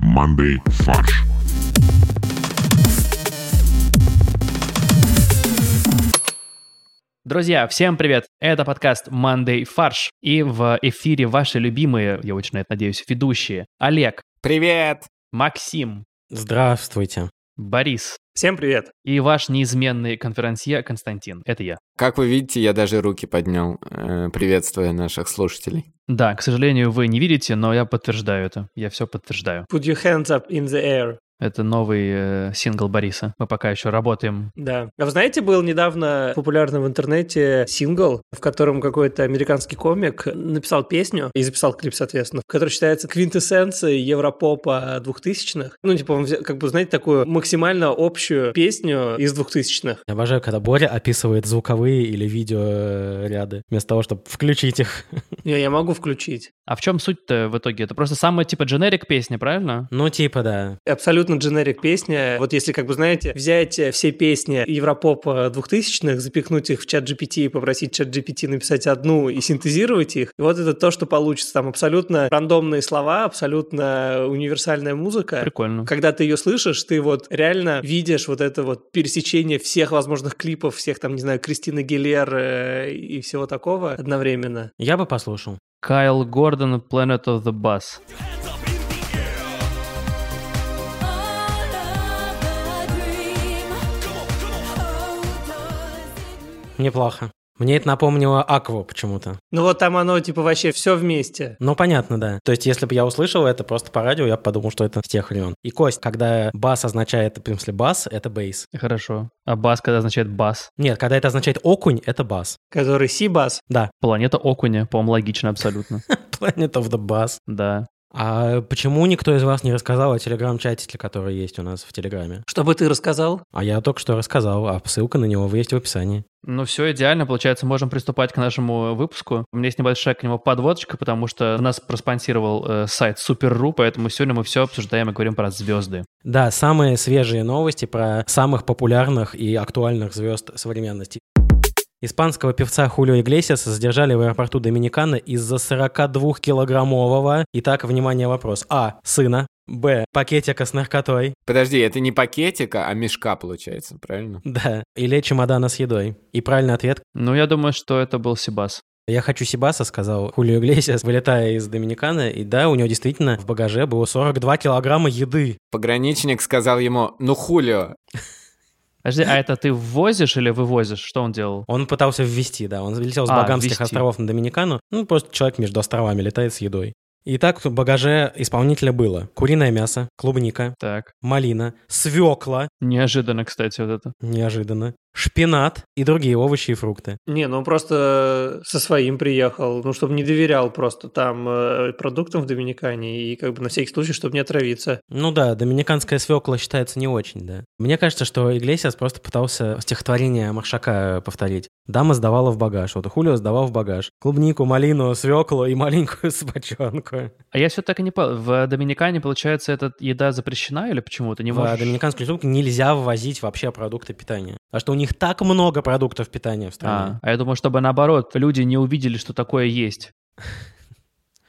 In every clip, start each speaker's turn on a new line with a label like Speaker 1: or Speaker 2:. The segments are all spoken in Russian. Speaker 1: командой «Фарш».
Speaker 2: Друзья, всем привет! Это подкаст Monday Фарш. И в эфире ваши любимые, я очень на это надеюсь, ведущие. Олег,
Speaker 3: Привет!
Speaker 2: Максим,
Speaker 4: Здравствуйте.
Speaker 2: Борис
Speaker 5: Всем привет.
Speaker 2: и ваш неизменный конферансье Константин. Это я.
Speaker 3: Как вы видите, я даже руки поднял, э, приветствуя наших слушателей.
Speaker 2: Да, к сожалению, вы не видите, но я подтверждаю это. Я все подтверждаю.
Speaker 5: Put your hands up in the air.
Speaker 2: Это новый э, сингл Бориса. Мы пока еще работаем.
Speaker 5: Да. А вы знаете, был недавно популярный в интернете сингл, в котором какой-то американский комик написал песню и записал клип, соответственно, который считается квинтэссенцией европопа 2000-х. Ну, типа, он взя- как бы, знаете, такую максимально общую песню из 2000-х.
Speaker 4: Я обожаю, когда Боря описывает звуковые или видеоряды, вместо того, чтобы включить их.
Speaker 5: Не, я могу включить.
Speaker 2: А в чем суть-то в итоге? Это просто самая типа дженерик песня, правильно?
Speaker 4: Ну, типа, да.
Speaker 5: Абсолютно дженерик песня. Вот если, как бы, знаете, взять э, все песни Европопа 2000-х, запихнуть их в чат GPT и попросить чат GPT написать одну и синтезировать их, и вот это то, что получится. Там абсолютно рандомные слова, абсолютно универсальная музыка.
Speaker 2: Прикольно.
Speaker 5: Когда ты ее слышишь, ты вот реально видишь вот это вот пересечение всех возможных клипов, всех там, не знаю, Кристины Гиллер э, и всего такого одновременно.
Speaker 4: Я бы послушал.
Speaker 2: Кайл Гордон, Planet of the Bus.
Speaker 6: All of a dream. Oh, does it
Speaker 4: Неплохо. Мне это напомнило Акву почему-то.
Speaker 5: Ну вот там оно типа вообще все вместе.
Speaker 4: Ну, понятно, да. То есть, если бы я услышал это просто по радио, я бы подумал, что это с тех времен. И Кость, когда бас означает, в смысле, бас, это бейс.
Speaker 2: Хорошо. А бас, когда означает бас?
Speaker 4: Нет, когда это означает окунь, это бас.
Speaker 5: Который Сибас.
Speaker 2: Планета Окуня, по-моему, логично абсолютно.
Speaker 4: Planet of the Bass.
Speaker 2: Да.
Speaker 4: А почему никто из вас не рассказал о телеграм-чатике, который есть у нас в Телеграме?
Speaker 5: Что бы ты рассказал?
Speaker 4: А я только что рассказал, а ссылка на него есть в описании.
Speaker 2: Ну, все идеально, получается, можем приступать к нашему выпуску. У меня есть небольшая к нему подводочка, потому что нас проспонсировал э, сайт Super.ru, поэтому сегодня мы все обсуждаем и говорим про звезды.
Speaker 4: Да, самые свежие новости про самых популярных и актуальных звезд современности. Испанского певца Хулио Иглесиаса задержали в аэропорту Доминикана из-за 42-килограммового, итак, внимание, вопрос, а, сына, б, пакетика с наркотой,
Speaker 3: Подожди, это не пакетика, а мешка получается, правильно?
Speaker 4: да, или чемодана с едой. И правильный ответ
Speaker 2: Ну, я думаю, что это был Сибас.
Speaker 4: Я хочу Сибаса, сказал Хулио Иглесиас, вылетая из Доминикана, и да, у него действительно в багаже было 42 килограмма еды.
Speaker 3: Пограничник сказал ему, ну хулио.
Speaker 2: Подожди, а это ты ввозишь или вывозишь? Что он делал?
Speaker 4: Он пытался ввести, да, он летел с
Speaker 2: А,
Speaker 4: Багамских
Speaker 2: ввести.
Speaker 4: островов на Доминикану, ну, просто человек между островами летает с едой. Итак, в багаже исполнителя было куриное мясо, клубника,
Speaker 2: Так.
Speaker 4: малина, свекла,
Speaker 2: Неожиданно, кстати, вот это.
Speaker 4: неожиданно, шпинат и другие овощи и фрукты.
Speaker 5: Не, ну он просто со своим приехал, ну, чтобы не доверял просто там э, продуктам в Доминикане и как бы на всякий случай, чтобы не отравиться.
Speaker 4: Ну да, доминиканская свекла считается не очень, да. Мне кажется, что Иглесиас просто пытался стихотворение Маршака э, повторить. Дама сдавала в багаж, вот Хулио сдавал в багаж. Клубнику, малину, свеклу и маленькую собачонку.
Speaker 2: А я все так и не понял. В Доминикане, получается, эта еда запрещена или почему? Ты не
Speaker 4: В
Speaker 2: можешь...
Speaker 4: Доминиканскую республику нельзя ввозить вообще продукты питания. А что у них так много продуктов питания в стране.
Speaker 2: А, а я думаю, чтобы наоборот, люди не увидели, что такое есть.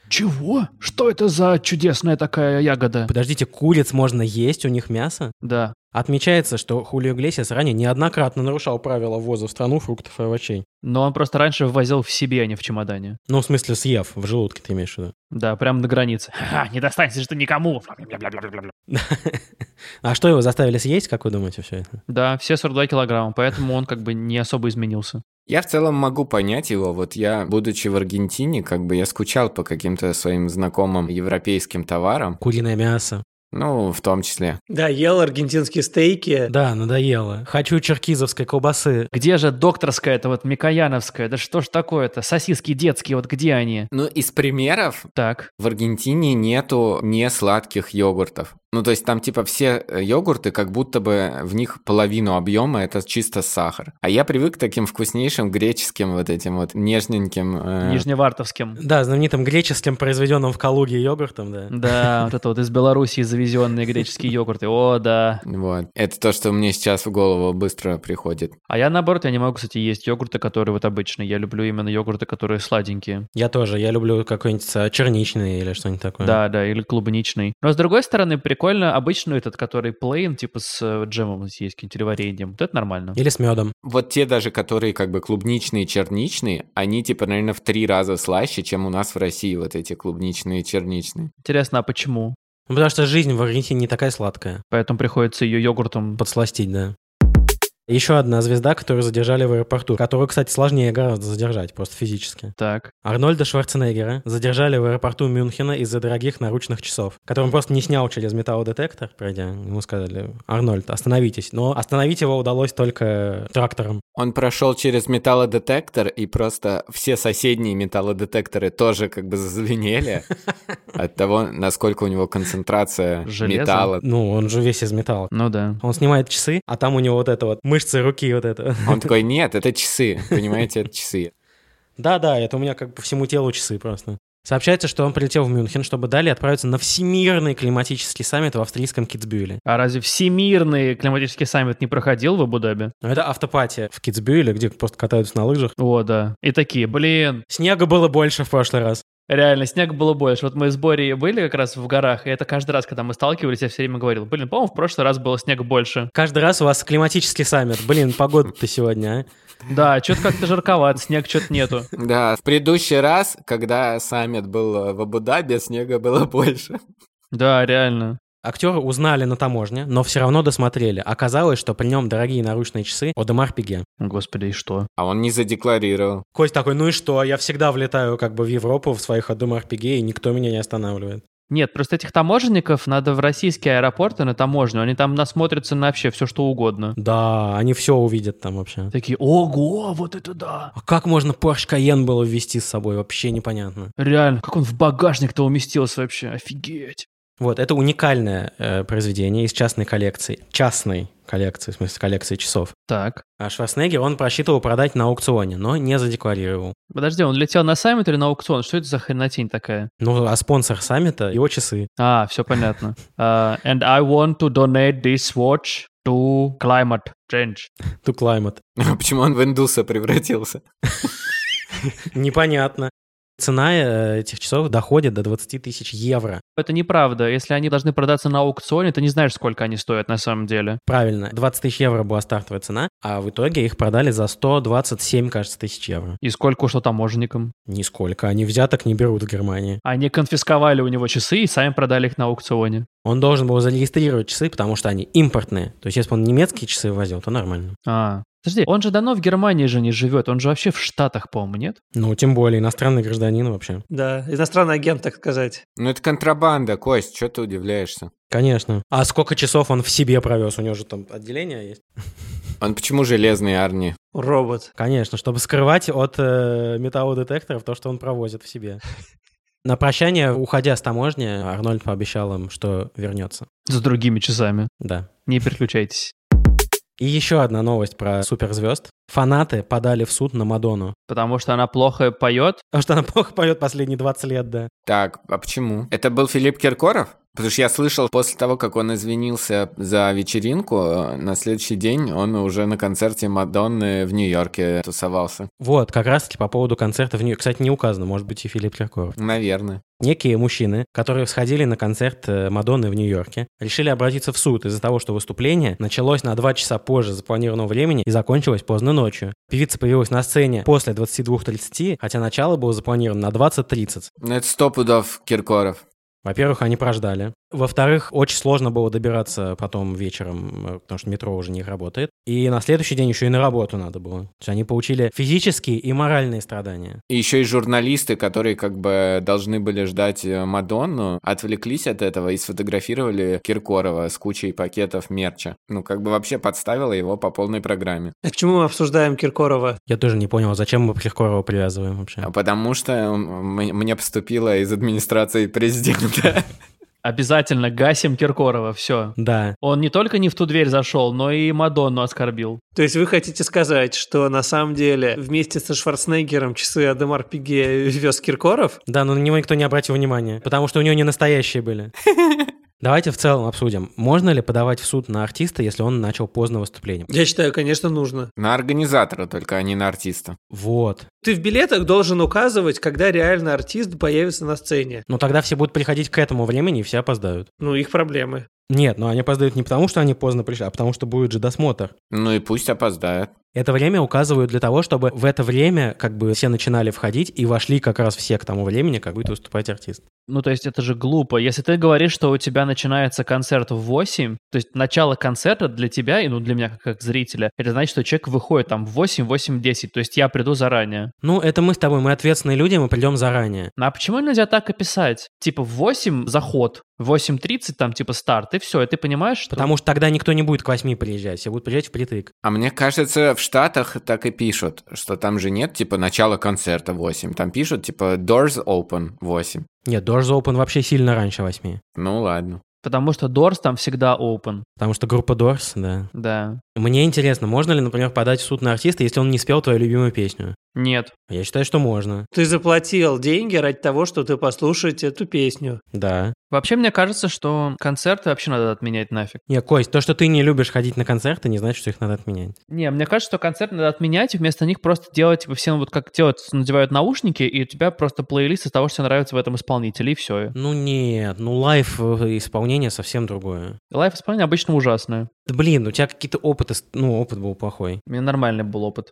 Speaker 2: Чего? Что это за чудесная такая ягода?
Speaker 4: Подождите, куриц можно есть, у них мясо?
Speaker 2: Да.
Speaker 4: Отмечается, что Хулио Иглесиас ранее неоднократно нарушал правила ввоза в страну фруктов и овощей.
Speaker 2: Но он просто раньше ввозил в себе, а не в чемодане.
Speaker 4: Ну, в смысле, съев, в желудке ты имеешь в виду.
Speaker 2: Да, прям на границе. не достанется что никому.
Speaker 4: А что его заставили съесть, как вы думаете, все это?
Speaker 2: Да, все 42 килограмма, поэтому он как бы не особо изменился.
Speaker 3: Я в целом могу понять его. Вот я, будучи в Аргентине, как бы я скучал по каким-то своим знакомым европейским товарам.
Speaker 4: Куриное мясо.
Speaker 3: Ну, в том числе.
Speaker 5: Да, ел аргентинские стейки.
Speaker 4: Да, надоело. Хочу черкизовской колбасы.
Speaker 2: Где же докторская это вот Микояновская? Да что ж такое-то? Сосиски детские, вот где они?
Speaker 3: Ну, из примеров
Speaker 2: Так,
Speaker 3: в Аргентине нету не сладких йогуртов. Ну, то есть там типа все э, йогурты, как будто бы в них половину объема это чисто сахар. А я привык к таким вкуснейшим греческим вот этим вот нежненьким.
Speaker 2: А.
Speaker 3: э,
Speaker 2: Нижневартовским.
Speaker 4: Да, знаменитым греческим, произведенным в Калуге йогуртом, да.
Speaker 2: Да, вот это вот из Белоруссии завезенные греческие йогурты. О, да.
Speaker 3: Вот. Это то, что мне сейчас в голову быстро приходит.
Speaker 2: А я наоборот, я не могу, кстати, есть йогурты, которые вот обычные. Я люблю именно йогурты, которые сладенькие.
Speaker 4: Я тоже, я люблю какой-нибудь э, черничный или что-нибудь такое.
Speaker 2: Да, да, или клубничный. Но с другой стороны, прикольно прикольно. Обычно этот, который плейн, типа с э, джемом есть, каким-то вареньем. Вот это нормально.
Speaker 4: Или с медом.
Speaker 3: Вот те даже, которые как бы клубничные, черничные, они типа, наверное, в три раза слаще, чем у нас в России вот эти клубничные, черничные.
Speaker 2: Интересно, а почему?
Speaker 4: Ну, потому что жизнь в Аргентине не такая сладкая.
Speaker 2: Поэтому приходится ее йогуртом...
Speaker 4: Подсластить, да. Еще одна звезда, которую задержали в аэропорту, которую, кстати, сложнее гораздо задержать, просто физически.
Speaker 2: Так.
Speaker 4: Арнольда Шварценеггера задержали в аэропорту Мюнхена из-за дорогих наручных часов, которые он просто не снял через металлодетектор, пройдя. Ему сказали, Арнольд, остановитесь. Но остановить его удалось только трактором.
Speaker 3: Он прошел через металлодетектор, и просто все соседние металлодетекторы тоже как бы зазвенели от того, насколько у него концентрация
Speaker 2: Железо.
Speaker 3: металла.
Speaker 4: Ну, он же весь из металла.
Speaker 2: Ну да.
Speaker 4: Он снимает часы, а там у него вот это вот, мышцы руки вот это.
Speaker 3: Он такой, нет, это часы, понимаете, это часы.
Speaker 4: Да-да, это у меня как по всему телу часы просто. Сообщается, что он прилетел в Мюнхен, чтобы далее отправиться на всемирный климатический саммит в австрийском Китсбюле.
Speaker 2: А разве всемирный климатический саммит не проходил в Абу-Даби?
Speaker 4: Но это автопатия в Китсбюле, где просто катаются на лыжах.
Speaker 2: О, да. И такие, блин,
Speaker 4: Снега было больше в прошлый раз.
Speaker 2: реально, снега было больше. Вот мы с Борей были как раз в горах, и это каждый раз, когда мы сталкивались, я все время говорил, блин, по-моему, в прошлый раз было снега больше.
Speaker 4: Каждый раз у вас климатический саммит. Блин, погода-то сегодня, а.
Speaker 2: Да, что-то как-то жарковат, снег что-то нету.
Speaker 3: Да, в предыдущий раз, когда саммит был э, в Абу-Даби, снега было больше.
Speaker 2: Да, реально.
Speaker 4: а? Актера узнали на таможне, но все равно досмотрели. Оказалось, что при нем дорогие наручные часы Одемар Пиге.
Speaker 2: Господи, и что?
Speaker 3: А он не задекларировал.
Speaker 4: Кость такой, ну и что, я всегда влетаю как бы в Европу в своих Одемар Пиге, и никто меня не останавливает.
Speaker 2: Нет, просто этих таможенников надо в российские аэропорты на таможню, они там насмотрятся на вообще все что угодно.
Speaker 4: Да, они все увидят там вообще.
Speaker 2: Такие, ого, вот это да!
Speaker 4: А как можно Porsche Cayenne было ввести с собой, вообще непонятно.
Speaker 2: Реально, как он в багажник-то уместился вообще, офигеть.
Speaker 4: Вот, это уникальное э, произведение из частной коллекции. Частной коллекции, в смысле коллекции часов.
Speaker 2: Так,
Speaker 4: А Шварценеггер он просчитывал продать на аукционе, но не задекларировал.
Speaker 2: подожди, он летел на саммит или на аукцион? Что это за хренотень такая?
Speaker 4: Ну, а спонсор саммита — его часы.
Speaker 2: А, все понятно. А, and I want to donate this watch to climate change.
Speaker 4: To Climate.
Speaker 3: А Почему он в индуса превратился?
Speaker 4: Непонятно. Цена э, этих часов доходит до 20 тысяч евро.
Speaker 2: Это неправда. Если они должны продаться на аукционе, ты не знаешь, сколько они стоят на самом деле.
Speaker 4: Правильно, 20 тысяч евро была стартовая цена, а в итоге их продали за 127, кажется, тысяч евро.
Speaker 2: И сколько ушло таможенникам.
Speaker 4: Нисколько, они взяток не берут в Германии.
Speaker 2: Они конфисковали у него часы и сами продали их на аукционе.
Speaker 4: Он должен был зарегистрировать часы, потому что они импортные. То есть, если бы он немецкие часы возил, то нормально.
Speaker 2: А, подожди, он же давно в Германии же не живет. Он же вообще в Штатах, по-моему, нет?
Speaker 4: Ну, тем более, иностранный гражданин вообще.
Speaker 5: Да, иностранный агент, так сказать.
Speaker 3: Ну это контрабанда, Кость, что ты удивляешься?
Speaker 4: Конечно. А сколько часов он в себе провез? У него же там отделение есть.
Speaker 3: Он почему железный Арни?
Speaker 5: Робот.
Speaker 4: Конечно, чтобы скрывать от э, металлодетекторов то, что он провозит в себе. На прощание, уходя с таможни, Арнольд пообещал им, что вернется.
Speaker 2: С другими часами.
Speaker 4: Да.
Speaker 2: Не переключайтесь.
Speaker 4: И еще одна новость про суперзвезд. Фанаты подали в суд на Мадонну.
Speaker 2: Потому что она плохо поет.
Speaker 4: Потому что она плохо поет последние 20 лет, да.
Speaker 3: Так, а почему? Это был Филипп Киркоров? Потому что я слышал, после того, как он извинился за вечеринку, э, на следующий день он уже на концерте Мадонны в Нью-Йорке тусовался.
Speaker 4: Вот, как раз-таки по поводу концерта в нью Кстати, не указано, может быть, и Филипп Киркоров.
Speaker 3: Наверное.
Speaker 4: Некие мужчины, которые сходили на концерт э, Мадонны в Нью-Йорке, решили обратиться в суд из-за того, что выступление началось на 2 часа позже запланированного времени и закончилось поздно ночью. Певица появилась на сцене после 22.30, хотя начало было запланировано на 20.30.
Speaker 3: Ну это сто пудов Киркоров.
Speaker 4: Во-первых, они прождали. Во-вторых, очень сложно было добираться потом вечером, э, потому что метро уже не работает. И на следующий день еще и на работу надо было. То есть они получили физические и моральные страдания.
Speaker 3: И еще и журналисты, которые как бы должны были ждать э, Мадонну, отвлеклись от этого и сфотографировали Киркорова с кучей пакетов мерча. Ну, как бы вообще подставило его по полной программе.
Speaker 5: А Почему мы обсуждаем Киркорова?
Speaker 4: Я тоже не понял, зачем мы Киркорова привязываем вообще.
Speaker 3: А Потому что м- м- мне поступило из администрации президента.
Speaker 2: Обязательно гасим Киркорова, все.
Speaker 4: Да.
Speaker 2: Он не только не в ту дверь зашел, но и Мадонну оскорбил.
Speaker 5: То есть вы хотите сказать, что на самом деле вместе со Шварценеггером часы Адемар Пиге вез Киркоров?
Speaker 4: ну Да, но на него никто не обратил внимания, потому что у него не настоящие были. Давайте в целом обсудим, можно ли подавать в суд на артиста, если он начал поздно выступление.
Speaker 5: Я считаю, конечно, нужно.
Speaker 3: На организатора только, а не на артиста.
Speaker 4: Вот.
Speaker 5: Ты в билетах должен указывать, когда реально артист появится на сцене.
Speaker 4: Но Ну тогда все будут приходить к этому времени, и все опоздают.
Speaker 5: Ну, их проблемы.
Speaker 4: Нет, но они опоздают не потому, что они поздно пришли, а потому, что будет же досмотр.
Speaker 3: Ну и пусть опоздает.
Speaker 4: Это время указывают для того, чтобы в это время как бы все начинали входить и вошли как раз все к тому времени, как будет выступать артист.
Speaker 2: Ну, то есть это же глупо. Если ты говоришь, что у тебя начинается концерт в 8, то есть начало концерта для тебя и, ну, для меня как, как зрителя, это значит, что человек выходит там в 8, 8, 10, то есть я приду заранее.
Speaker 4: Ну, это мы с тобой, мы ответственные люди, мы придем заранее.
Speaker 2: Ну, а почему нельзя так описать? Типа в 8 заход, в 8.30 там типа старт, и все, и ты понимаешь, что...
Speaker 4: Потому что тогда никто не будет к восьми приезжать, все будут приезжать впритык.
Speaker 3: А мне кажется, в Штатах так и пишут, что там же нет, типа, начала концерта 8. Там пишут, типа, doors open 8.
Speaker 4: Нет, Doors Open вообще сильно раньше восьми.
Speaker 3: Ну ладно.
Speaker 2: Потому что Doors там всегда open,
Speaker 4: Потому что группа Doors, да.
Speaker 2: да.
Speaker 4: Мне интересно, можно ли, например, подать в суд на артиста, если он не спел твою любимую песню?
Speaker 2: Нет.
Speaker 4: Я считаю, что можно.
Speaker 5: Ты заплатил деньги ради того, что ты послушаешь эту песню.
Speaker 4: Да.
Speaker 2: Вообще, мне кажется, что концерты вообще надо отменять нафиг.
Speaker 4: Не, Кость, то, что ты не любишь ходить на концерты, не значит, что их надо отменять.
Speaker 2: Не, мне кажется, что концерты надо отменять, и вместо них просто делать, типа, всем вот как делают, надевают наушники, и у тебя просто плейлист из того, что тебе нравится в этом исполнителе, и все.
Speaker 4: Ну нет, ну лайф э, исполнение совсем другое.
Speaker 2: Лайф исполнение обычно ужасное.
Speaker 4: Да блин, у тебя какие-то опыты, с- ну опыт был плохой.
Speaker 2: У меня нормальный был опыт.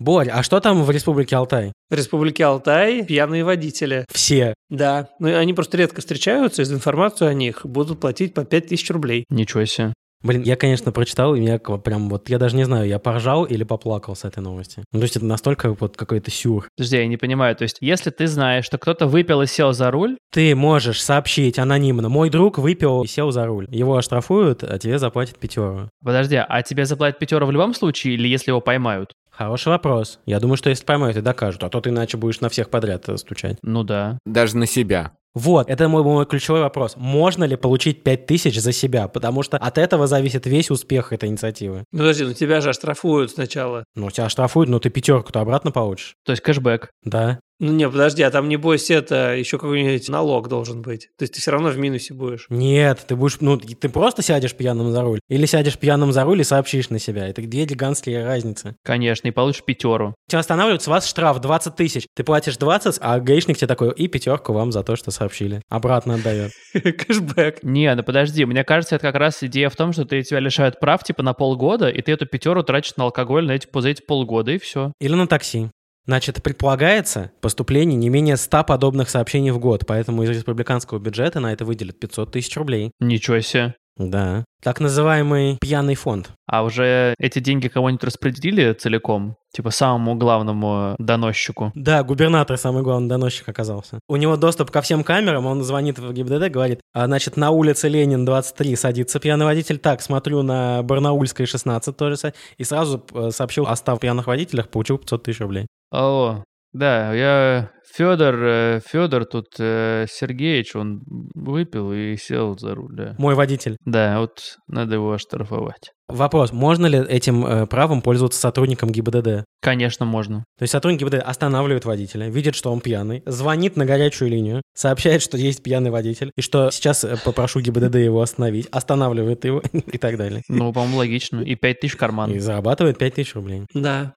Speaker 4: Борь, а что там в Республике Алтай?
Speaker 5: В Республике Алтай пьяные водители.
Speaker 4: Все.
Speaker 5: Да. Ну, и они просто редко встречаются, и за информацию о них будут платить по 5000 рублей.
Speaker 2: Ничего себе.
Speaker 4: Блин, я, конечно, прочитал, и меня к- прям вот, я даже не знаю, я поржал или поплакал с этой новости. Ну, то есть это настолько вот какой-то сюр.
Speaker 2: Подожди, я не понимаю. То есть, если ты знаешь, что кто-то выпил и сел за руль,
Speaker 4: Ты можешь сообщить анонимно, мой друг выпил и сел за руль. Его оштрафуют, а тебе заплатят пятеру.
Speaker 2: подожди, а тебе заплатят пятеру в любом случае или если его поймают?
Speaker 4: Хороший вопрос. Я думаю, что если поймают и докажут, а то ты иначе будешь на всех подряд э, стучать.
Speaker 2: Ну да.
Speaker 3: Даже на себя.
Speaker 4: Вот, это мой, мой ключевой вопрос. Можно ли получить пять тысяч за себя? Потому что от этого зависит весь успех этой инициативы.
Speaker 5: Ну, подожди, ну тебя же оштрафуют сначала.
Speaker 4: Ну, тебя оштрафуют, но ты пятерку-то обратно получишь.
Speaker 2: То есть кэшбэк.
Speaker 4: Да.
Speaker 5: Ну, не, подожди, а там, небось, это еще какой-нибудь налог должен быть. То есть ты все равно в минусе будешь.
Speaker 4: Нет, ты будешь, ну, ты просто сядешь пьяным за руль. Или сядешь пьяным за руль и сообщишь на себя. Это две гигантские разницы.
Speaker 2: Конечно, и получишь пятеру.
Speaker 4: Тебя останавливают, с вас штраф 20 тысяч. Ты платишь 20, а гаишник тебе такой, и пятерку вам за то, что сообщили. Обратно отдает.
Speaker 5: Кэшбэк.
Speaker 2: Не, ну подожди, мне кажется, это как раз идея в том, что ты тебя лишают прав типа на полгода, и ты эту пятеру тратишь на алкоголь на эти, за эти полгода, и все.
Speaker 4: Или на такси. Значит, предполагается поступление не менее 100 подобных сообщений в год, поэтому из республиканского бюджета на это выделят 500 тысяч рублей.
Speaker 2: Ничего себе.
Speaker 4: Да. Так называемый пьяный фонд.
Speaker 2: А уже эти деньги кого-нибудь распределили целиком? Типа самому главному доносчику.
Speaker 4: Да, губернатор самый главный доносчик оказался. У него доступ ко всем камерам, он звонит в ГИБДД, говорит, «А, значит, на улице Ленин 23 садится пьяный водитель, так, смотрю на Барнаульской 16 тоже, са- и сразу э, сообщил о 100 пьяных водителях, получил 500 тысяч рублей.
Speaker 2: Алло, да, я Федор, Федор тут э, Сергеевич, он выпил и сел за руль, да.
Speaker 4: Мой водитель.
Speaker 2: Да, вот надо его оштрафовать.
Speaker 4: Вопрос, можно ли этим э, правом пользоваться сотрудником ГИБДД?
Speaker 2: Конечно, можно.
Speaker 4: То есть сотрудник ГИБДД останавливает водителя, видит, что он пьяный, звонит на горячую линию, сообщает, что есть пьяный водитель, и что сейчас э, попрошу ГИБДД его остановить, останавливает его и так далее.
Speaker 2: Ну, по-моему, логично. И пять тысяч в
Speaker 4: И
Speaker 2: карман.
Speaker 4: зарабатывает 5000 рублей.
Speaker 5: Да.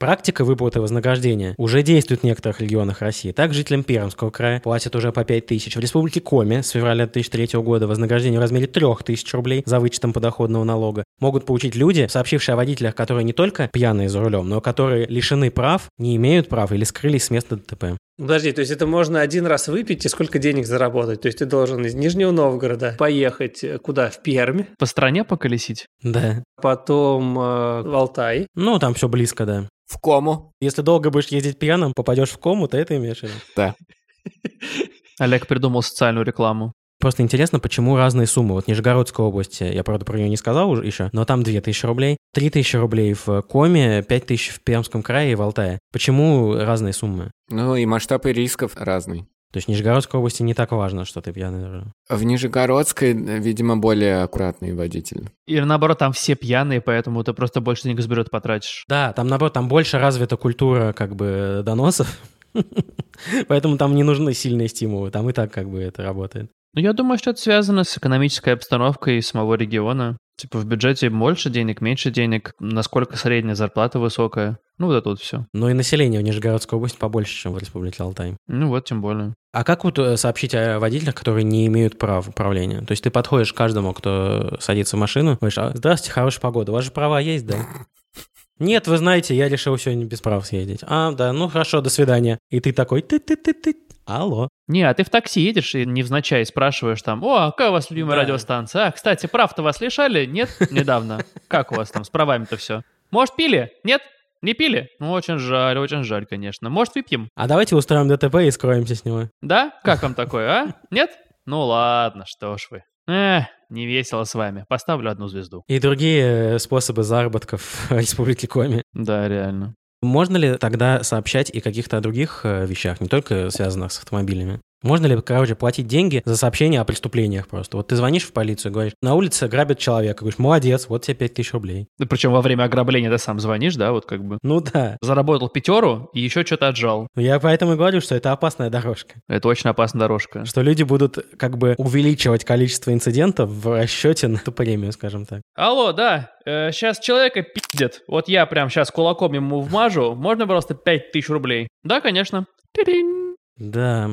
Speaker 4: Практика выплаты вознаграждения уже действует в некоторых регионах России. Так, жителям Пермского края платят уже по 5 тысяч. В республике Коми с февраля 2003 года вознаграждение в размере 3 тысяч рублей за вычетом подоходного налога могут получить люди, сообщившие о водителях, которые не только пьяные за рулем, но которые лишены прав, не имеют прав или скрылись с места ДТП.
Speaker 5: «Ну, Подожди, то есть это можно один раз выпить и сколько денег заработать? То есть ты должен из Нижнего Новгорода поехать э, куда? В Пермь,
Speaker 2: По стране поколесить?
Speaker 4: Да.
Speaker 5: потом э, в Алтай.
Speaker 4: Ну, там все близко, да.
Speaker 3: В кому?
Speaker 4: Если долго будешь ездить пьяным, попадешь в кому, то это имеешь в виду.
Speaker 2: Олег придумал социальную рекламу.
Speaker 4: Просто интересно, почему разные суммы. Вот Нижегородская область, я, правда, про нее не сказал уже еще, но там 2000 рублей, 3000 рублей в э, Коме, 5000 в Пермском крае и в Алтае. Почему разные суммы?
Speaker 3: Ну и масштабы рисков разные.
Speaker 4: То есть в Нижегородской области не так важно, что ты пьяный. за рулем.
Speaker 3: В Нижегородской, э, видимо, более аккуратные водители.
Speaker 2: Или наоборот, там все пьяные, поэтому ты просто больше денег с бюджета потратишь.
Speaker 4: Да, там, наоборот, там больше развита культура как э, бы доносов, поэтому там не нужны сильные стимулы, там и так как бы это работает.
Speaker 2: Ну, я думаю, что это связано с экономической обстановкой самого региона. Типа в бюджете больше денег, меньше денег, насколько средняя зарплата высокая. Ну, вот это вот все.
Speaker 4: Но и население в Нижегородской области побольше, чем в Республике Алтай.
Speaker 2: Ну вот, тем более.
Speaker 4: А как вот э, сообщить о водителях, которые не имеют прав управления? То есть ты подходишь к каждому, кто садится в машину, говоришь, «А, здравствуйте, хорошая погода, у вас же права есть, да? Нет, вы знаете, я решил сегодня без прав съездить. А, да, ну хорошо, до свидания. И ты такой, ты-ты-ты-ты, алло.
Speaker 2: Не, а ты в такси едешь и невзначай спрашиваешь там, о, а какая у вас любимая
Speaker 4: Да.
Speaker 2: радиостанция? А, кстати, прав-то вас лишали? Нет? Недавно. Как у вас там с правами-то все? Может, пили? Нет? Не пили? Ну, очень жаль, очень жаль, конечно. Может, выпьем?
Speaker 4: А давайте устроим ДТП и скроемся с него.
Speaker 2: Да? Как вам такое, а? Нет? Ну ладно, что ж вы. Эх, не весело с вами. Поставлю одну звезду.
Speaker 4: И другие э, способы заработков Республики Коми.
Speaker 2: Да, реально.
Speaker 4: Можно ли тогда сообщать и о каких-то других э, вещах, не только связанных с автомобилями? Можно ли, короче, платить деньги за сообщение о преступлениях просто? Вот ты звонишь в полицию и говоришь, на улице грабят человека, говоришь, молодец, вот тебе 5000 рублей.
Speaker 2: Да, причем во время ограбления ты сам звонишь, да, вот как бы.
Speaker 4: Ну да,
Speaker 2: Заработал пятеру и еще что-то отжал.
Speaker 4: я поэтому и говорю, что это опасная дорожка.
Speaker 2: Это очень опасная дорожка.
Speaker 4: Что люди будут как бы увеличивать количество инцидентов в расчете на эту премию, скажем так.
Speaker 2: Алло, да, сейчас человека пиздят. Вот я прям сейчас кулаком ему вмажу. Можно просто пять тысяч рублей? Да, конечно. Тиринь.
Speaker 4: Да.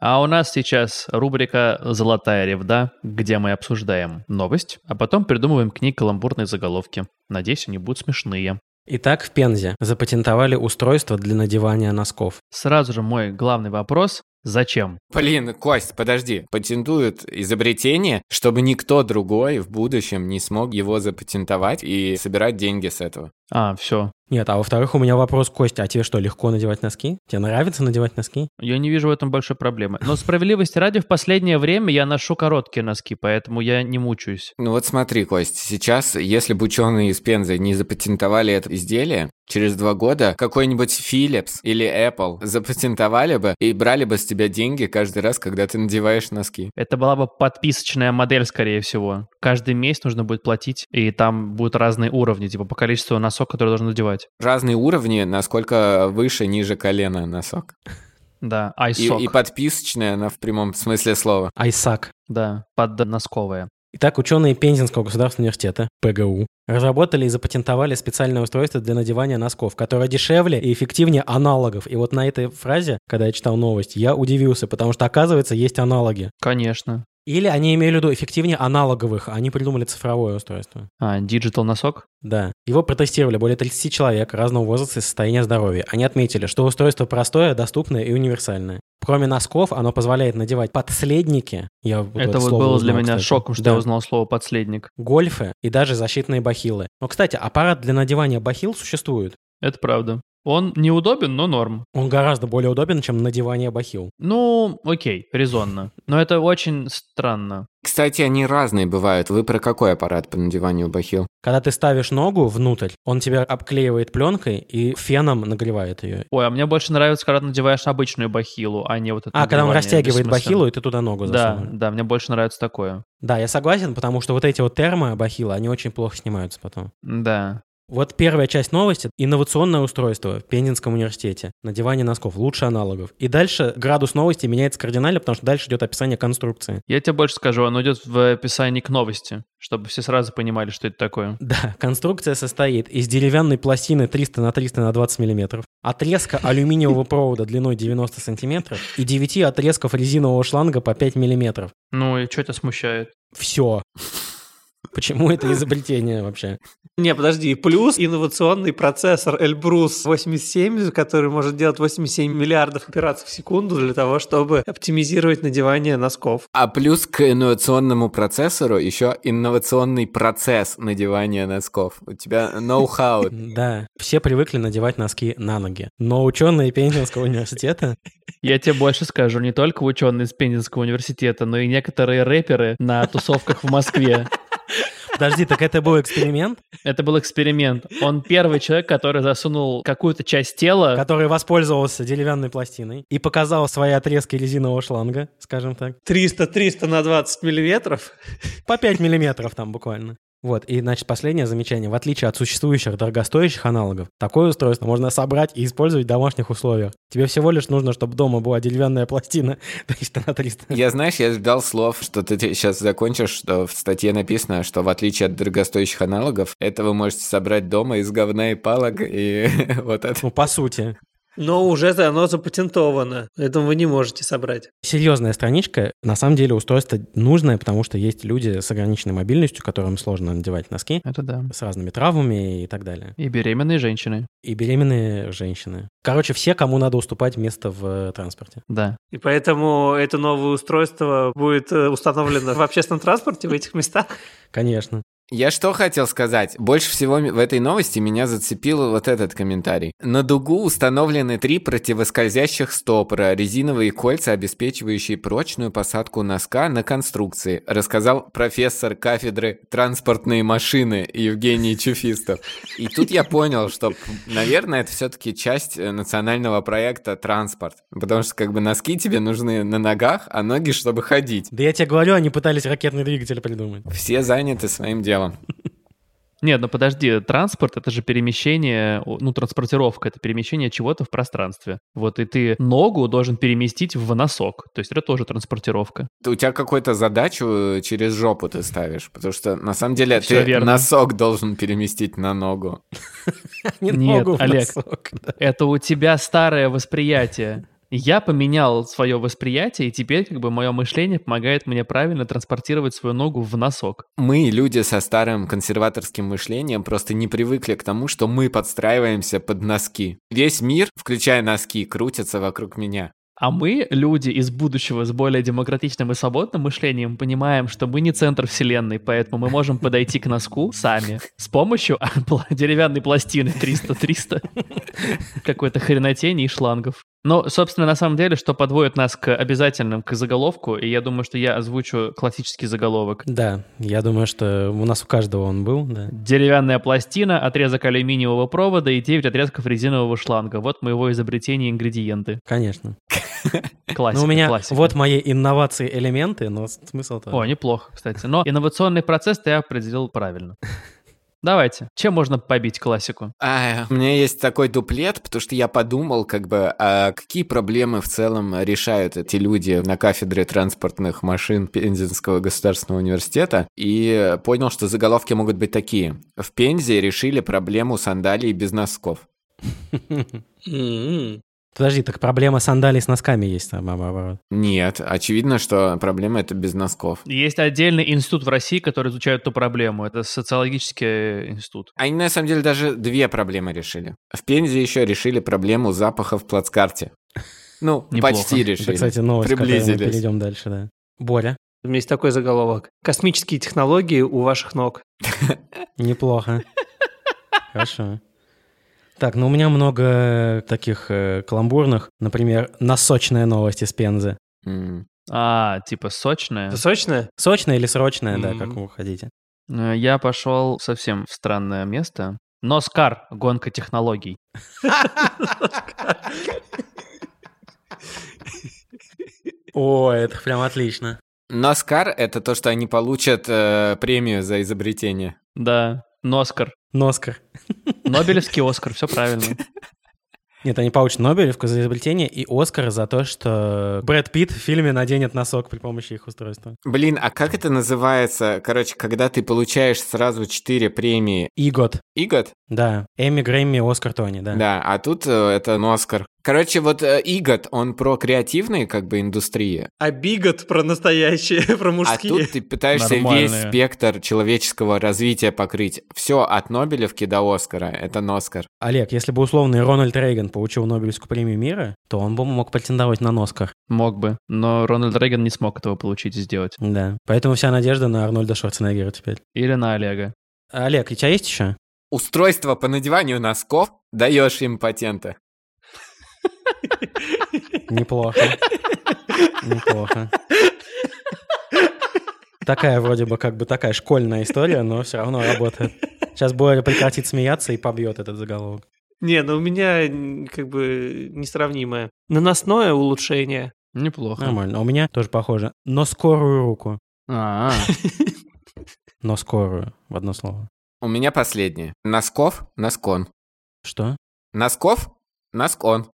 Speaker 2: А у нас сейчас рубрика «Золотая ревда», где мы обсуждаем новость, а потом придумываем к ней каламбурные заголовки. Надеюсь, они будут смешные.
Speaker 4: Итак, в Пензе запатентовали устройство для надевания носков.
Speaker 2: Сразу же мой главный вопрос – зачем?
Speaker 3: Блин, Кость, подожди. Патентуют изобретение, чтобы никто другой в будущем не смог его запатентовать и собирать деньги с этого.
Speaker 2: А, все.
Speaker 4: Нет, а во-вторых, у меня вопрос, Костя, а тебе что, легко надевать носки? Тебе нравится надевать носки?
Speaker 2: Я не вижу в этом большой проблемы. Но справедливости ради, в последнее время я ношу короткие носки, поэтому я не мучаюсь.
Speaker 3: Ну вот смотри, Кость, сейчас, если бы ученые из Пензы не запатентовали это изделие, через два года какой-нибудь Philips или Apple запатентовали бы и брали бы с тебя деньги каждый раз, когда ты надеваешь носки.
Speaker 2: Это была бы подписочная модель, скорее всего. Каждый месяц нужно будет платить, и там будут разные уровни, типа по количеству носок, которые должен надевать.
Speaker 3: Разные уровни, насколько выше, ниже колена носок.
Speaker 2: Да, айсок.
Speaker 3: И, и подписочная она в прямом смысле слова.
Speaker 4: Айсак.
Speaker 2: Да, подносковая.
Speaker 4: Итак, ученые Пензенского государственного университета, ПГУ, разработали и запатентовали специальное устройство для надевания носков, которое дешевле и эффективнее аналогов. И вот на этой фразе, когда я читал новость, я удивился, потому что, оказывается, есть аналоги.
Speaker 2: Конечно.
Speaker 4: Или они имели в виду эффективнее аналоговых, а они придумали цифровое устройство.
Speaker 2: А, диджитал носок?
Speaker 4: Да. Его протестировали более 30 человек разного возраста и состояния здоровья. Они отметили, что устройство простое, доступное и универсальное. Кроме носков, оно позволяет надевать подследники. Я вот
Speaker 2: это вот
Speaker 4: слово
Speaker 2: было
Speaker 4: узнал,
Speaker 2: для меня
Speaker 4: кстати.
Speaker 2: шоком, что
Speaker 4: Да.
Speaker 2: я узнал слово «подследник».
Speaker 4: гольфы и даже защитные бахилы. Но, кстати, аппарат для надевания бахил существует.
Speaker 2: Это правда. Он неудобен, но норм.
Speaker 4: Он гораздо более удобен, чем надевание бахил.
Speaker 2: Ну, окей, резонно. Но это очень странно.
Speaker 3: Кстати, они разные бывают. Вы про какой аппарат по надеванию бахил?
Speaker 4: Когда ты ставишь ногу внутрь, он тебя обклеивает пленкой и феном нагревает ее.
Speaker 2: Ой, а мне больше нравится, когда надеваешь обычную бахилу, а не вот эту.
Speaker 4: А, когда он
Speaker 2: надевание
Speaker 4: растягивает
Speaker 2: бессмысленно.
Speaker 4: бахилу, и ты туда ногу
Speaker 2: Да,
Speaker 4: засовываешь.
Speaker 2: да, мне больше нравится такое.
Speaker 4: Да, я согласен, потому что вот эти вот термо-бахилы, они очень плохо снимаются потом.
Speaker 2: Да.
Speaker 4: Вот первая часть новости – инновационное устройство в Пензенском университете. Надевание носков лучше аналогов. И дальше градус новости меняется кардинально, потому что дальше идет описание конструкции.
Speaker 2: Я тебе больше скажу, оно идет в описании к новости, чтобы все сразу понимали, что это такое.
Speaker 4: Да, конструкция состоит из деревянной пластины 300 на 300 на 20 мм, отрезка алюминиевого провода длиной 90 см и 9 отрезков резинового шланга по 5 мм.
Speaker 2: Ну и что это смущает?
Speaker 4: Все. Почему это изобретение вообще?
Speaker 5: Не, подожди, плюс инновационный процессор Эльбрус 87, который может делать 87 миллиардов операций в секунду для того, чтобы оптимизировать надевание носков.
Speaker 3: А плюс к инновационному процессору еще инновационный процесс надевания носков. У тебя ноу-хау.
Speaker 4: Да, все привыкли надевать носки на ноги. Но ученые Пензенского университета...
Speaker 2: Я тебе больше скажу, не только ученые из Пензенского университета, но и некоторые рэперы на тусовках в Москве.
Speaker 4: Подожди, так это был эксперимент,
Speaker 2: Это был эксперимент. Он первый человек, который засунул какую-то часть тела.
Speaker 4: который воспользовался деревянной пластиной и показал свои отрезки резинового шланга, скажем так,
Speaker 5: 300-300 на 20 миллиметров.
Speaker 4: по 5 миллиметров там буквально. Вот, и, значит, последнее замечание. В отличие от существующих дорогостоящих аналогов, такое устройство можно собрать и использовать в домашних условиях. Тебе всего лишь нужно, чтобы дома была деревянная пластина 300 на 300.
Speaker 3: Я, знаешь, я ждал слов, что ты сейчас закончишь, что в статье написано, что в отличие от дорогостоящих аналогов, это вы можете собрать дома из говна и палок, и вот это.
Speaker 4: Ну, по сути.
Speaker 5: Но уже за- оно запатентовано, поэтому вы не можете собрать.
Speaker 4: Серьезная страничка. На самом деле устройство нужное, потому что есть люди с ограниченной мобильностью, которым сложно надевать носки
Speaker 2: Это да.
Speaker 4: с разными травмами и так далее.
Speaker 2: И беременные женщины.
Speaker 4: И беременные женщины. Короче, все, кому надо уступать место в э, транспорте.
Speaker 2: Да.
Speaker 5: И поэтому это новое устройство будет э, установлено в общественном транспорте в этих местах.
Speaker 4: Конечно.
Speaker 3: Я что хотел сказать? Больше всего в этой новости меня зацепил вот этот комментарий. На дугу установлены три противоскользящих стопора, резиновые кольца, обеспечивающие прочную посадку носка на конструкции, рассказал профессор кафедры транспортные машины Евгений Чуфистов. И тут я понял, что, наверное, это все-таки часть э, национального проекта «Транспорт», потому что как бы носки тебе нужны на ногах, а ноги, чтобы ходить.
Speaker 4: Да я тебе говорю, они пытались ракетный двигатель придумать.
Speaker 3: Все заняты своим делом.
Speaker 2: Нет, ну подожди, транспорт это же перемещение, о, ну транспортировка это перемещение чего-то в пространстве. Вот и ты ногу должен переместить в носок. То есть это тоже транспортировка.
Speaker 3: у тебя какую-то задачу э, через жопу ты ставишь, потому что на самом деле
Speaker 2: Всё
Speaker 3: ты
Speaker 2: верно.
Speaker 3: носок должен переместить на ногу.
Speaker 4: Не
Speaker 2: Нет,
Speaker 4: ногу в
Speaker 2: Олег.
Speaker 4: носок, да.
Speaker 2: Это у тебя старое восприятие. Я поменял свое восприятие, и теперь как бы мое мышление помогает мне правильно транспортировать свою ногу в носок.
Speaker 3: Мы, люди со старым консерваторским мышлением, просто не привыкли к тому, что мы подстраиваемся под носки. Весь мир, включая носки, крутится вокруг меня.
Speaker 2: А мы, люди из будущего с более демократичным и свободным мышлением, понимаем, что мы не центр вселенной, поэтому мы можем подойти к носку сами с помощью а, пла- деревянной пластины 300-300, какой-то хренотени и шлангов. Но, собственно, на самом деле, что подводит нас к обязательным, к заголовку, и я думаю, что я озвучу классический заголовок.
Speaker 4: Да, я думаю, что у нас у каждого он был, да.
Speaker 2: Деревянная пластина, отрезок алюминиевого провода и 9 отрезков резинового шланга. Вот моего изобретения ингредиенты.
Speaker 4: Конечно.
Speaker 2: Классика,
Speaker 4: ну, у меня
Speaker 2: классика.
Speaker 4: вот мои инновации элементы, но с- смысл-то...
Speaker 2: О, неплохо, кстати. Но инновационный процесс ты определил правильно. Давайте. Чем можно побить классику?
Speaker 3: А, у меня есть такой дуплет, потому что я подумал, как бы, а какие проблемы в целом решают эти люди на кафедре транспортных машин Пензенского государственного университета, и понял, что заголовки могут быть такие. В Пензе решили проблему сандалий без носков.
Speaker 4: М-м. Подожди, так проблема сандалий с носками есть там, а, наоборот.
Speaker 3: Нет, очевидно, что проблема это без носков.
Speaker 2: Есть отдельный институт в России, который изучает эту проблему. Это социологический институт.
Speaker 3: Они на самом деле даже две проблемы решили. В Пензе еще решили проблему запаха в плацкарте. Ну,
Speaker 2: Неплохо.
Speaker 3: почти решили.
Speaker 4: Это, кстати, новость, к которой мы
Speaker 3: Приблизились.
Speaker 4: перейдем дальше, да. Боря,
Speaker 5: У меня есть такой заголовок. Космические технологии у ваших ног.
Speaker 4: неплохо. Хорошо. Так, ну у меня много таких э, каламбурных. Например, носочная новость из Пензы.
Speaker 3: М.
Speaker 2: А, типа сочная.
Speaker 5: Это сочное?
Speaker 4: Сочная или срочная, да,
Speaker 5: Мгм.
Speaker 4: как вы хотите.
Speaker 2: Э, Я пошел совсем в странное место. Носкар. Гонка технологий.
Speaker 4: О, это прям отлично.
Speaker 3: Наскар это то, что они получат э, премию за изобретение.
Speaker 2: Да, Носкар.
Speaker 4: Носкар.
Speaker 2: Нобелевский Оскар, все правильно.
Speaker 4: Нет, они получат Нобелевку за изобретение и Оскар за то, что Брэд Питт в фильме наденет носок при помощи их устройства.
Speaker 3: Блин, а как это называется? Короче, когда ты получаешь сразу 4 премии
Speaker 4: Игот.
Speaker 3: Игот?
Speaker 4: Да. Эми, Грэмми, Оскар, Тони, да.
Speaker 3: а тут э, это Оскар. Короче, вот э, Игот, он про креативные как бы индустрии,
Speaker 5: А бигот про настоящие, про
Speaker 3: а
Speaker 5: мужские.
Speaker 3: тут ты пытаешься
Speaker 2: Нормальные.
Speaker 3: весь спектр человеческого развития покрыть. Все от Нобелевки до Оскара, это Носкар.
Speaker 4: Олег, если бы условный Рональд Рейган получил Нобелевскую премию мира, то он бы мог претендовать на Оскар.
Speaker 2: Мог бы, но Рональд Рейган не смог этого получить и сделать.
Speaker 4: Да. Поэтому вся надежда на Арнольда Шварценеггера теперь.
Speaker 2: Или на Олега.
Speaker 4: Олег, у тебя есть еще?
Speaker 3: Устройство по надеванию носков даешь им патента.
Speaker 4: Неплохо. Неплохо. Такая вроде бы как бы такая школьная история, но все равно работает. Сейчас Боря прекратит смеяться и побьет этот заголовок.
Speaker 5: Не, ну у меня м, как бы несравнимое. Наносное улучшение.
Speaker 2: Неплохо.
Speaker 4: а Нормально. У меня тоже похоже. Но скорую руку.
Speaker 2: А,
Speaker 4: но скорую, в одно слово.
Speaker 3: У меня последнее. Носков, носкон.
Speaker 4: Что?
Speaker 3: Носков, носкон.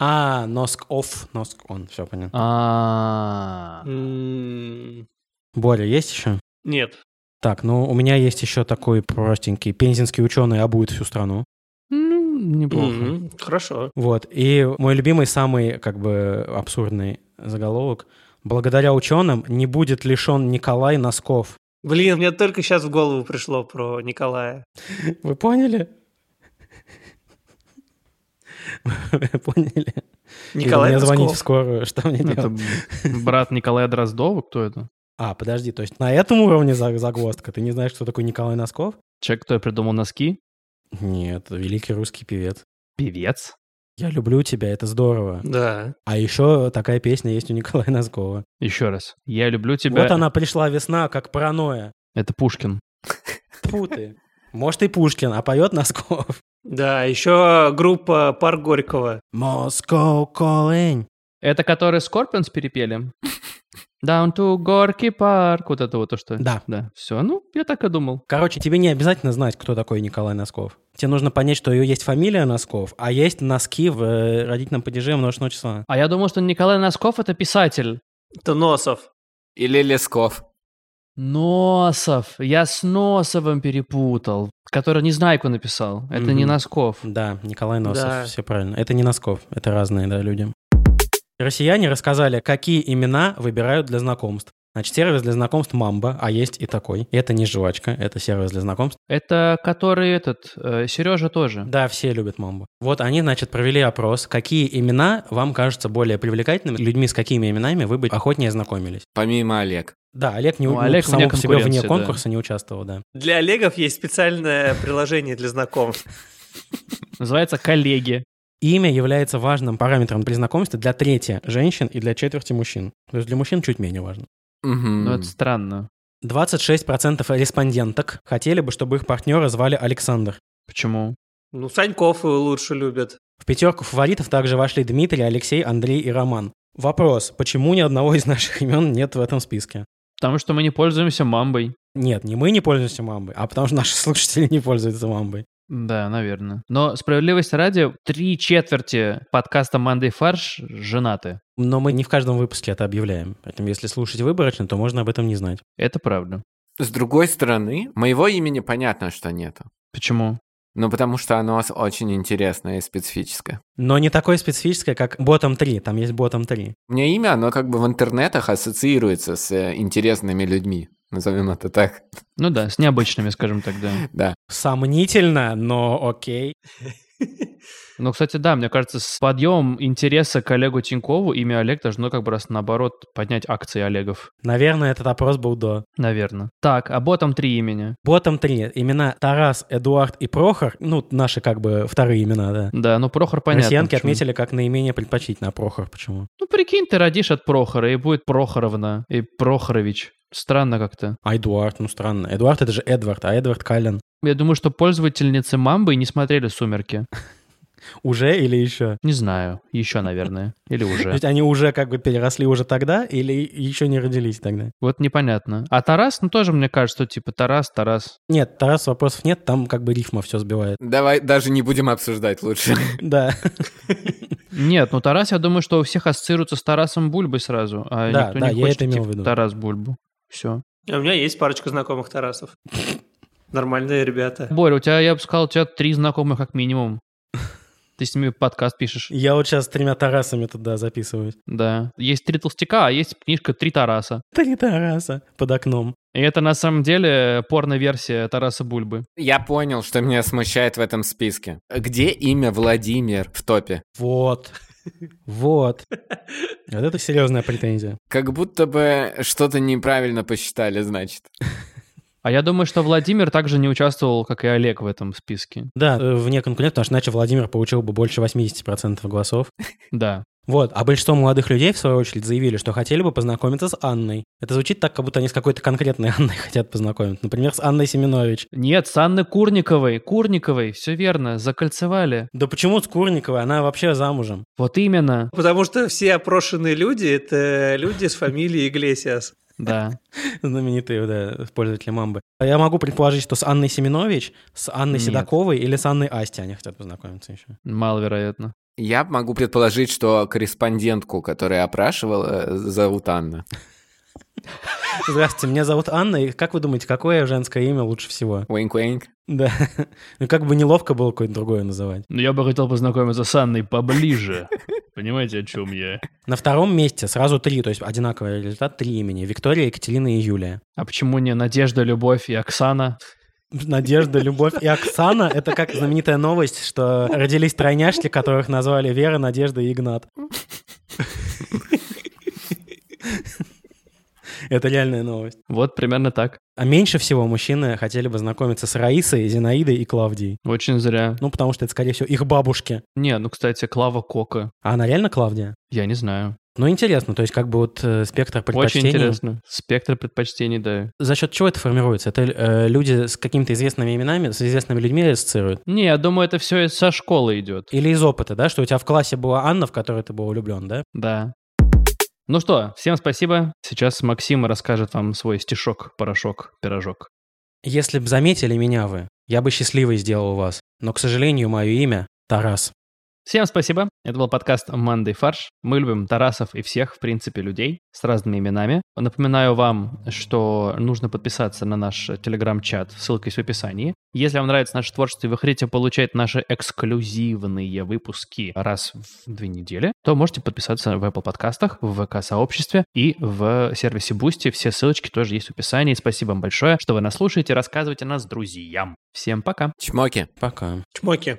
Speaker 4: А, носк офф, носк он, все понятно.
Speaker 2: А.
Speaker 5: М,
Speaker 4: А, Боря, есть еще?
Speaker 5: Нет.
Speaker 4: Так, ну у меня есть еще такой простенький. Пензенский ученый обует всю страну.
Speaker 2: Ну, неплохо.
Speaker 5: Мгм, Хорошо.
Speaker 4: Вот. И мой любимый, самый как бы абсурдный заголовок. Благодаря ученым не будет лишен Николай носков.
Speaker 5: Блин, мне только сейчас в голову пришло про Николая.
Speaker 4: Вы поняли? Вы поняли? Или
Speaker 5: Николай
Speaker 4: мне звонить в
Speaker 5: Носков.
Speaker 4: скорую, что мне
Speaker 2: Это
Speaker 4: делать?
Speaker 2: б- брат Николая Дроздова, кто это?
Speaker 4: А, подожди, то есть на этом уровне за- загвоздка? Ты не знаешь, кто такой Николай Носков?
Speaker 2: Человек, кто придумал носки?
Speaker 4: Нет, великий русский певец.
Speaker 2: Певец.
Speaker 4: Я люблю тебя, это здорово.
Speaker 5: Да.
Speaker 4: А еще такая песня есть у Николая Носкова.
Speaker 2: Еще раз. Я люблю тебя.
Speaker 4: Вот она пришла весна, как паранойя.
Speaker 2: Это Пушкин.
Speaker 4: Тьфу ты. Может, и Пушкин, а поет Носков.
Speaker 5: Да, еще группа Парк Горького.
Speaker 4: Москов колень.
Speaker 2: Это который Скорпионс перепели? Down to Горький парк. Вот это вот то, что...
Speaker 4: Да.
Speaker 2: Да, все. Ну, я так и думал.
Speaker 4: Короче, тебе не обязательно знать, кто такой Николай Носков. Тебе нужно понять, что ее есть фамилия Носков, а есть носки в э, родительном падеже множественного числа.
Speaker 2: А я думал, что Николай Носков — это писатель.
Speaker 5: Это Носов.
Speaker 3: Или лесков.
Speaker 2: Носов. Я с Носовым перепутал. Который Незнайку написал. Это не
Speaker 4: Мгм.
Speaker 2: Носков.
Speaker 4: Да, Николай Носов,
Speaker 5: Да.
Speaker 4: все правильно. Это не Носков, это разные, да, люди. Россияне рассказали, какие имена выбирают для знакомств. Значит, сервис для знакомств «Мамба», а есть и такой. Это не жвачка, это сервис для знакомств.
Speaker 2: Это который этот... Сережа тоже.
Speaker 4: Да, все любят мамбу. Вот они, значит, провели опрос, какие имена вам кажутся более привлекательными, людьми с какими именами вы бы охотнее знакомились.
Speaker 3: Помимо Олег.
Speaker 4: Да, Олег, не,
Speaker 2: Ну,
Speaker 4: у-
Speaker 2: Олег
Speaker 4: сам
Speaker 2: вне
Speaker 4: по себе вне
Speaker 2: конкуренции, да.
Speaker 4: конкурса не участвовал, да.
Speaker 5: Для Олегов есть специальное приложение для знакомств.
Speaker 2: Называется «Коллеги».
Speaker 4: Имя является важным параметром при знакомстве для трети женщин и для четверти мужчин. То есть для мужчин чуть менее важно.
Speaker 3: Мгм.
Speaker 2: Ну, это странно.
Speaker 4: 26% респонденток хотели бы, чтобы их партнера звали Александр.
Speaker 2: Почему?
Speaker 5: Ну, Саньков лучше любят.
Speaker 4: В пятерку фаворитов также вошли Дмитрий, Алексей, Андрей и Роман. Вопрос, почему ни одного из наших имен нет в этом списке?
Speaker 2: Потому что мы не пользуемся мамбой.
Speaker 4: Нет, не мы не пользуемся мамбой, а потому что наши слушатели не пользуются мамбой.
Speaker 2: Да, наверное. Но справедливости ради, три четверти подкаста «Мандай фарш» женаты.
Speaker 4: Но мы не в каждом выпуске это объявляем. Поэтому если слушать выборочно, то можно об этом не знать.
Speaker 2: Это правда.
Speaker 3: С другой стороны, моего имени понятно, что нету.
Speaker 2: Почему?
Speaker 3: Ну, потому что оно с- очень интересное и специфическое.
Speaker 4: Но не такое специфическое, как Ботом 3. Там есть Ботом 3.
Speaker 3: У меня имя, оно как бы в интернетах ассоциируется с э, интересными людьми. Назовем это так.
Speaker 2: Ну да, с необычными, скажем так, да.
Speaker 3: Да.
Speaker 4: Сомнительно, но окей.
Speaker 2: Ну, кстати, да, мне кажется, с подъемом интереса к Олегу Тинькову имя Олег должно как бы раз наоборот поднять акции Олегов.
Speaker 4: Наверное, этот опрос был до.
Speaker 2: Наверное. Так, а ботом три имени.
Speaker 4: Ботом 3. Имена Тарас, Эдуард и Прохор, ну, наши как бы вторые имена, да.
Speaker 2: Да, ну Прохор понятно.
Speaker 4: Россиянки
Speaker 2: почему.
Speaker 4: отметили как наименее предпочтительно, а Прохор почему?
Speaker 2: Ну, прикинь, ты родишь от Прохора, и будет Прохоровна, и Прохорович. Странно как-то.
Speaker 4: А Эдуард, ну странно. Эдуард это же Эдвард, а Эдвард Каллен.
Speaker 2: Я думаю, что пользовательницы Мамбы не смотрели «Сумерки».
Speaker 4: Уже или еще?
Speaker 2: Не знаю. Еще, наверное. Или
Speaker 4: То
Speaker 2: уже.
Speaker 4: есть они уже как бы переросли уже тогда или еще не родились тогда?
Speaker 2: Вот непонятно. А Тарас, ну тоже мне кажется, что типа Тарас, Тарас.
Speaker 4: Нет, Тарас вопросов нет, там как бы рифма все сбивает.
Speaker 3: Давай даже не будем обсуждать лучше.
Speaker 4: Да,
Speaker 2: Нет, ну Тарас, я думаю, что у всех ассоциируется с Тарасом Бульбой сразу. А
Speaker 4: Да,
Speaker 2: никто
Speaker 4: да,
Speaker 2: не
Speaker 4: я
Speaker 2: хочет
Speaker 4: это имел
Speaker 2: идти
Speaker 4: в виду.
Speaker 2: Тарас Бульбу. Все.
Speaker 5: А у меня есть парочка знакомых Тарасов. Нормальные ребята.
Speaker 2: Боря, у тебя, я бы сказал, у тебя три знакомых как минимум. Ты с ними подкаст пишешь.
Speaker 4: я вот сейчас с тремя Тарасами туда записываюсь.
Speaker 2: Да. Есть три толстяка, а есть книжка «Три Тараса».
Speaker 4: Три Тараса под окном.
Speaker 2: И это на самом деле порно-версия Тараса Бульбы.
Speaker 3: Я понял, что меня смущает в этом списке. Где имя Владимир в топе?
Speaker 4: Вот, вот. Вот это серьезная претензия.
Speaker 3: Как будто бы что-то неправильно посчитали, значит.
Speaker 2: А я думаю, что Владимир также не участвовал, как и Олег в этом списке.
Speaker 4: Да, э, вне конкурентов, потому что иначе Владимир получил бы больше 80% голосов.
Speaker 2: Да.
Speaker 4: Вот, а большинство молодых людей, в свою очередь, заявили, что хотели бы познакомиться с Анной. Это звучит так, как будто они с какой-то конкретной Анной хотят познакомиться. Например, с Анной Семенович.
Speaker 2: Нет, с Анной Курниковой. Курниковой, все верно, закольцевали.
Speaker 4: Да почему с Курниковой? Она вообще замужем.
Speaker 2: Вот именно.
Speaker 5: Потому что все опрошенные люди — это люди с фамилией Иглесиас.
Speaker 2: Да.
Speaker 4: Знаменитые, да, пользователи Мамбы. А Я могу предположить, что с Анной Семенович, с Анной
Speaker 2: Нет.
Speaker 4: Седоковой или с Анной Асти они хотят познакомиться еще.
Speaker 2: Маловероятно.
Speaker 3: Я могу предположить, что корреспондентку, которая опрашивала, э, зовут Анна.
Speaker 4: Здравствуйте, меня зовут Анна, и как вы думаете, какое женское имя лучше всего?
Speaker 3: Уинк-уинк.
Speaker 4: Да. Ну, как бы неловко было какое-то другое называть.
Speaker 2: Но я бы хотел познакомиться с Анной поближе. Понимаете, о чем я?
Speaker 4: На втором месте сразу три, то есть одинаковый результат, три имени. Виктория, Екатерина и Юлия.
Speaker 2: А почему не Надежда, Любовь и Оксана?
Speaker 4: Надежда, Любовь и Оксана — это как знаменитая новость, что родились тройняшки, которых назвали Вера, Надежда и Игнат. Это реальная новость.
Speaker 2: Вот примерно так.
Speaker 4: А меньше всего мужчины хотели бы знакомиться с Раисой, Зинаидой и Клавдией.
Speaker 2: Очень зря.
Speaker 4: Ну, потому что это, скорее всего, их бабушки.
Speaker 2: Не, ну, кстати, Клава Кока.
Speaker 4: А она реально Клавдия?
Speaker 2: Я не знаю.
Speaker 4: Ну, интересно, то есть как бы вот э, спектр предпочтений.
Speaker 2: Очень интересно. Спектр предпочтений, да.
Speaker 4: За счет чего это формируется? Это э, люди с какими-то известными именами, с известными людьми ассоциируют?
Speaker 2: Не, я думаю, это все со школы идет.
Speaker 4: Или из опыта, да, что у тебя в классе была Анна, в которой ты был влюблен, да?
Speaker 2: Да. Ну что, всем спасибо. Сейчас Максим расскажет вам свой стишок, порошок, пирожок.
Speaker 4: Если б заметили меня вы, я бы счастливой сделал вас. Но, к сожалению, мое имя Тарас.
Speaker 2: Всем спасибо. Это был подкаст «Мандай фарш». Мы любим Тарасов и всех, в принципе, людей с разными именами. Напоминаю вам, что нужно подписаться на наш телеграм-чат, ссылка есть в описании. Если вам нравится наше творчество и вы хотите получать наши эксклюзивные выпуски раз в две недели, то можете подписаться в Apple подкастах, в ВК-сообществе и в сервисе Boosty. Все ссылочки тоже есть в описании. Спасибо вам большое, что вы нас слушаете. Рассказывайте нас друзьям. Всем пока.
Speaker 3: Чмоки.
Speaker 4: Пока.
Speaker 5: Чмоки.